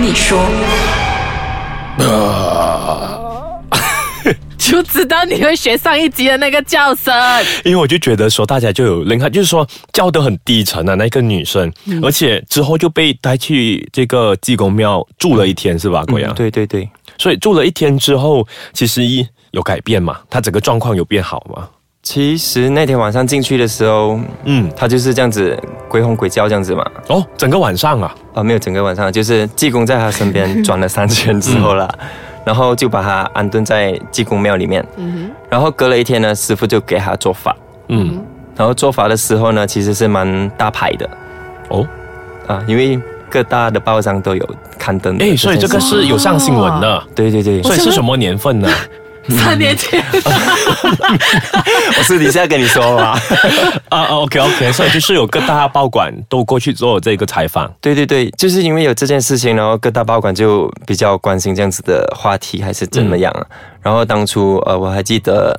里说 就知道你会学上一集的那个叫声。因为我就觉得说，大家就有另外，就是说叫得很低沉的、那个女生，而且之后就被带去这个济公庙住了一天，是吧，国阳、嗯，对对对，所以住了一天之后，其实一有改变嘛，她整个状况有变好嗯嘛？其实那天晚上进去的时候，嗯，他就是这样子鬼吼鬼叫这样子嘛，哦，整个晚上啊，啊，没有整个晚上，就是济公在他身边转了三圈之后啦，然后就把他安顿在济公庙里面，嗯然后隔了一天呢，师傅就给他做法，嗯，然后做法的时候呢，其实是蛮大牌的哦，啊，因为各大的报章都有刊登的件哎，事。所以这个是有上新闻的，对对对，所以是什么年份呢？哼，三年前我私底下跟你说吧。 啊啊，OK OK，所以就是有各大报馆都过去做这个采访，对对对，就是因为有这件事情，然后各大报馆就比较关心这样子的话题还是怎么样啊。嗯然后当初呃，我还记得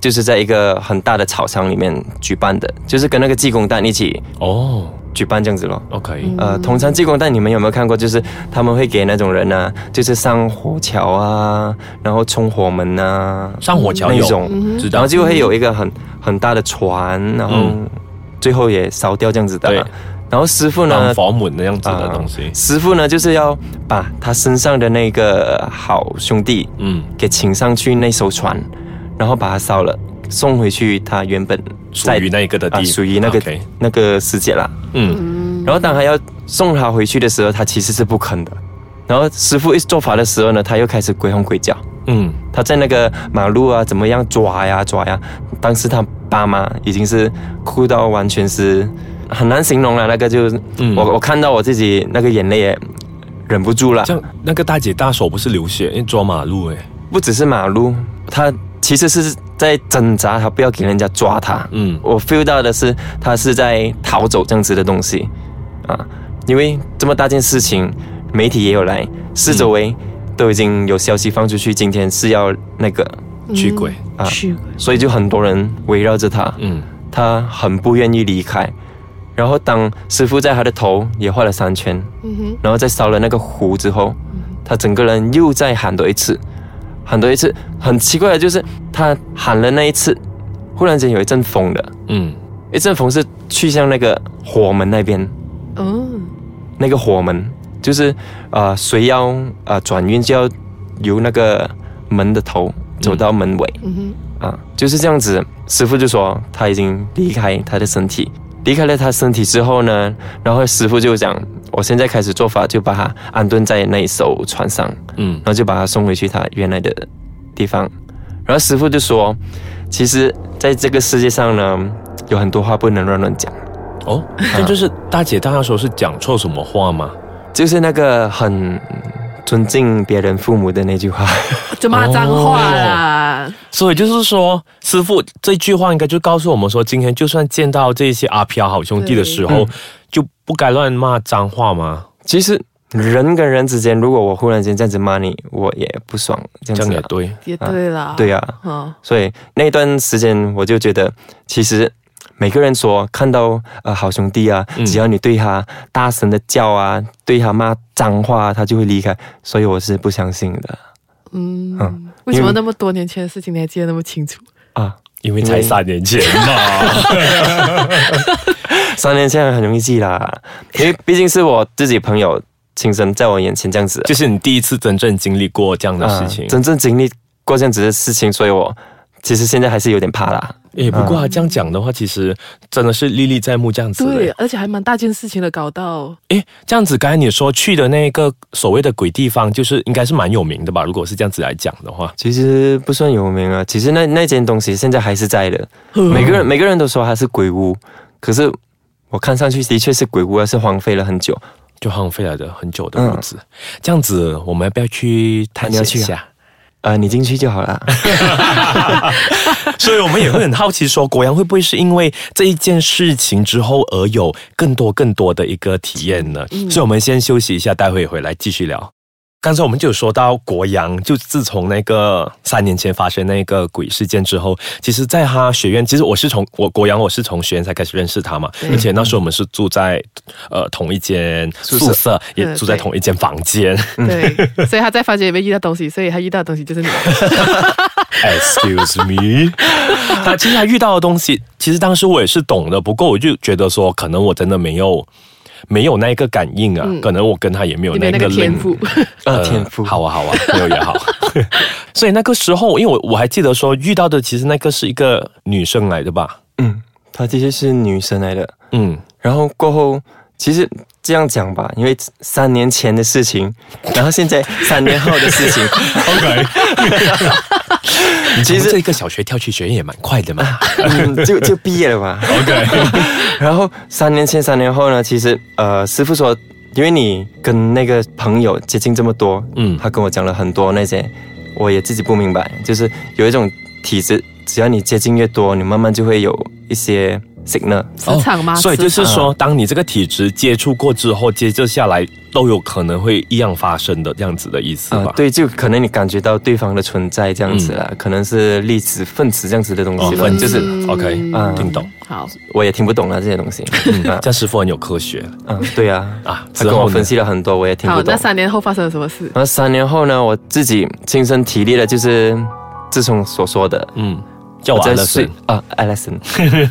就是在一个很大的草场里面举办的，就是跟那个济公诞一起哦举办这样子咯。 ，OK，呃，通常济公诞你们有没有看过？就是他们会给那种人啊，就是上火桥啊，然后冲火门啊，上火桥那有，嗯种知然道后就会有一个很很大的船，然后嗯最后也烧掉这样子的啊对。然后师傅呢当，佛母那样子的东西，啊师傅呢就是要把他身上的那个好兄弟嗯，给请上去那艘船，然后把他烧了，送回去他原本属于那个的啊地，属于那个、 OK，那个世界啦。嗯，然后当他要送他回去的时候，他其实是不肯的。然后师傅一做法的时候呢，他又开始鬼吼鬼叫。嗯，他在那个马路啊，怎么样抓呀抓呀？当时他爸妈已经是哭到完全是很难形容了，那个就是、嗯我我看到我自己那个眼泪也忍不住了。这样那个大姐大手不是流血，因为抓马路哎、不只是马路，他其实是在挣扎，他不要给人家抓他。嗯我 feel 到的是他是在逃走这样子的东西啊，因为这么大件事情，媒体也有来，四嗯周围都已经有消息放出去，今天是要那个。驱鬼，啊是所以就很多人围绕着他，嗯，他很不愿意离开。然后当师傅在他的头也画了三圈，嗯哼，嗯然后再烧了那个壶之后，他整个人又再喊多一次，喊多一次。很奇怪的就是，他喊了那一次，忽然间有一阵风的，嗯，一阵风是去向那个火门那边，哦，那个火门就是呃，谁要呃转运就要由那个门的头走到门尾。嗯啊，就是这样子。师傅就说他已经离开他的身体，离开了他身体之后呢，然后师傅就讲，我现在开始做法，就把他安顿在那一艘船上，嗯，然后就把他送回去他原来的地方。然后师傅就说，其实在这个世界上呢，有很多话不能乱乱讲，哦，啊那就是大姐大那时候是讲错什么话吗？就是那个很尊敬别人父母的那句话。 哼，哦就骂脏话啦。所以就是说，师傅这句话应该就告诉我们说，今天就算见到这些阿飘好兄弟的时候，就不该乱骂脏话吗？其实人跟人之间，如果我忽然间这样子骂你，我也不爽，这这样样也子啊。对，也对啦，对呀，呀、哦，所以那一段时间，我就觉得，其实每个人说看到呃好兄弟啊，嗯只要你对他大声的叫啊，对他骂脏话、他就会离开。所以我是不相信的嗯，为什么那么多年前的事情你还记得那么清楚？啊。因为才三年前 嘛。三年前很容易记啦，因为毕竟是我自己朋友亲身在我眼前这样子就是你第一次真正经历过这样的事情。嗯啊真正经历过这样子的事情，所以我其实现在还是有点怕啦。诶，不过、啊、这样讲的话，其实真的是历历在目这样子。对，，而且还蛮大件事情的，搞到诶，这样子刚才你说去的那个所谓的鬼地方，就是应该是蛮有名的吧？如果是这样子来讲的话，其实不算有名啊，其实那那间东西现在还是在的，每个人每个人都说它是鬼屋，可是我看上去的确是鬼屋，而是荒废了很久。就荒废了的很久的屋子。这样子，我们要不要去探险一嗯你要去下？呃，你进去就好 了。 所以我们也会很好奇说，国阳会不会是因为这一件事情之后而嗯有更多更多的一个体验呢？所以我们先休息一下，待会回来继续聊。刚才我们就有说到国阳，就自从那个三年前发生那个鬼事件之后，其实在他学院，其实我是从我国阳，我是从学院才开始认识他嘛，对而且那时候我们是住在呃同一间宿舍，也住在同一间房间。嗯 对，所以他在房间里面遇到东西，所以他遇到的东西 就是你。 Excuse me，他 其实他遇到的东西，其实当时我也是懂的，不过我就觉得说，可能我真的没有没有那一个感应啊，可能我跟他也没有你没嗯那那个个天 link 赋，呃天赋好啊，好啊，没有也好。 所以那个时候，因为我我还记得说遇到的，其实那个是一个女生来的吧？嗯，她的确是女生来的。嗯，然后过后，其实这样讲吧，因为三年前的事情，然后现在三年后的事情， 其实实这个小学跳去学院也蛮快的嘛。嗯， 就就毕业了吧。 OK， 然后三年前、三年后呢，其实呃，师傅说，因为你跟那个朋友接近这么多，嗯他跟我讲了很多那些，我也自己不明白，就是有一种体质，只要你接近越多，你慢慢就会有一些 signal。 磁场吗？哦所以就是磁场说，当你这个体质接触过之后，接着下来都有可能会一样发生的这样子的意思啊、吧？嗯对，就可能你感觉到对方的存在这样子啦，可能是粒子、分子这样子的东西吧，哦分子就是嗯 OK，嗯听懂。好，我也听不懂啊这 些东西。嗯嗯，啊这样师傅很有科学嗯对啊，啊。他之跟我后分呢？析了很多，我也听好不，懂那。三年后发生了什么 事？然后三年后呢，我自己亲身体力的，就是自从所说的，嗯，叫我完在了睡是嗯啊，Alison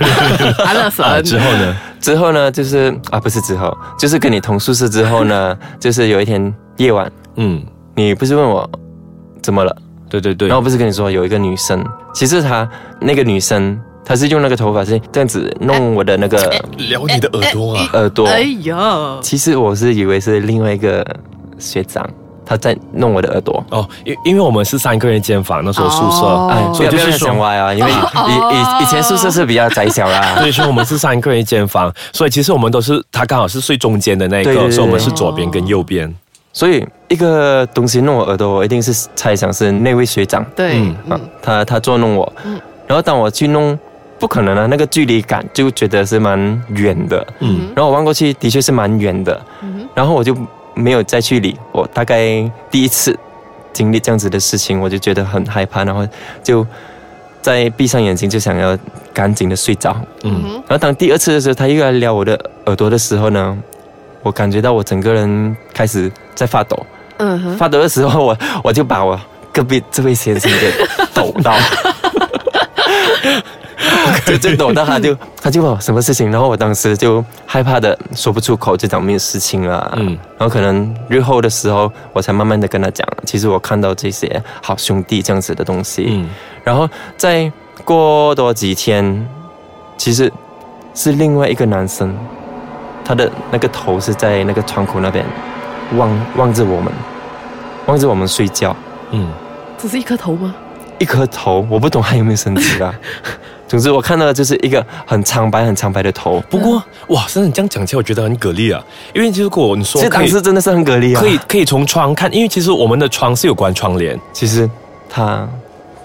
安乐神啊，之后呢？ 之后呢，就是啊，不是之后，就是跟你同宿舍之后呢， 就是有一天夜晚，嗯，你不是问我怎么了，对对对然后，我不是跟你说有一个女生，其实她那个女生，她是用那个头发是这样子弄我的那个聊你的耳朵啊。 耳朵，哎呦，其实我是以为是另外一个学长，他在弄我的耳朵。哎哦，因因为我们是三个人间房，那时候宿舍，哦哎，所以不就要是不要说想歪啊，因为以以以前宿舍是比较窄小啦 啊所，以说我们是三个人一间房，所以其实我们都是他刚好是睡中间的那一个，对对对所以我们是左哦边跟右边。所以一个东西弄我耳朵，我一定是猜想是那位学长，对嗯，啊嗯，，他他捉弄我，嗯然后当我去弄，不可能啊，那个距离感就觉得是蛮远的，嗯嗯然后我望过去的确是蛮远的，嗯然后我就没有再去理，我大概第一次经历这样子的事情，我就觉得很害怕，然后就在闭上眼睛就想要赶紧的睡着，嗯，哼，然后当第二次的时候，他又来撩我的耳朵的时候呢，我感觉到我整个人开始在发抖。嗯哼，发抖的时候，我我就把我隔壁这位先生给抖到，就就抖到他就他就问哦我什么事情，然后我当时就害怕的说不出口这场面事情了，嗯嗯，然后可能日后的时候，我才慢慢的跟他讲，其实我看到这些好兄弟这样子的东西，嗯，然后再过多几天，其实是另外一个男生，他的那个头是在那个窗口那边望望着我们，望着我们睡觉，嗯，只是一颗头吗？一颗头，我不懂还有没有升 级啦。总之，我看到的就是一个很苍白、很苍白的头。不过嗯哇，真的你这样讲起来，我觉得很给力啊，因为如果你说其实可当以时真的是很给力啊！可以，可以从窗看，因为其实我们的窗是有关窗帘。其实他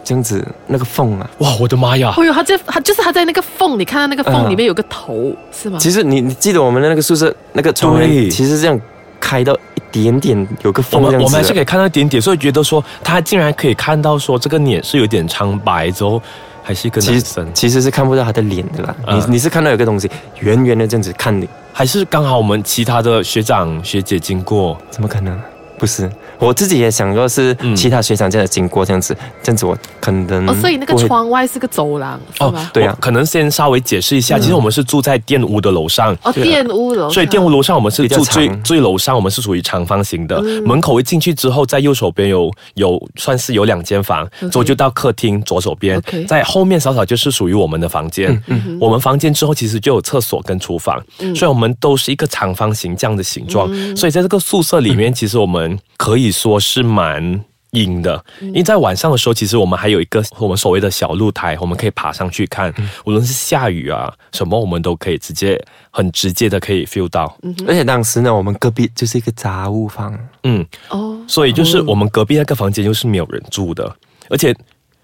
这样子那个缝啊，哇，我的妈呀！哦呦，他在他就是他在那个缝，你看到那个缝里面有个头是吗？其实你你记得我们的那个宿舍那个窗对帘，其实这样开到一点点有个我缝这们样子的。我们还是可以看到一点点，所以觉得说他竟然可以看到说这个脸是有点苍白，之后还是一个其男实生，其实是看不到他的脸的啦，嗯你你是看到有个东西圆圆的这样子看你，还是刚好我们其他的学长学姐经过，怎么可能？不是，我自己也想过是嗯其他学长这样经过这样子，这样子我可能哦，所以那个不会窗外是个走廊是吗？对我啊嗯嗯可能先稍微解释一下，其实我们是住在电屋的楼上。哦，电屋楼，所以电屋楼上我们是比较住最长最楼上，我们是属于长方形的。嗯门口一进去之后，在右手边有有算是有两间房， OK 之后就到客厅左手边 OK 在后面少少就是属于我们的房间。我们房间之后其实就有厕所跟厨房，所以我们都是一个长方形这样的形状。所以在这个宿舍里面，其实我们可以说是蛮。阴的，因为在晚上的时候，其实我们还有一个我们所谓的小露台，我们可以爬上去看，无论是下雨啊什么，我们都可以直接很直接的可以 feel 到。而且当时呢，我们隔壁就是一个杂物房，嗯，哦，所以就是我们隔壁那个房间又是没有人住的，而且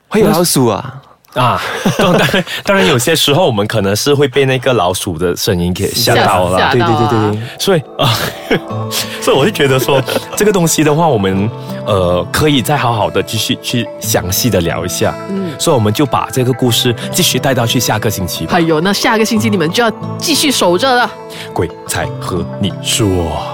会有老鼠啊，啊，当当然当然有些时候我们可能是会被那个老鼠的声音给吓到了，吓对对对到啊对对，所以 啊，所以我就觉得说，这个东西的话，我们呃可以再好好的继续去详细的聊一下。嗯，所以我们就把这个故事继续带到去下个星哎期吧。还有，那下个星期你们就要继续守着了。鬼才和你说。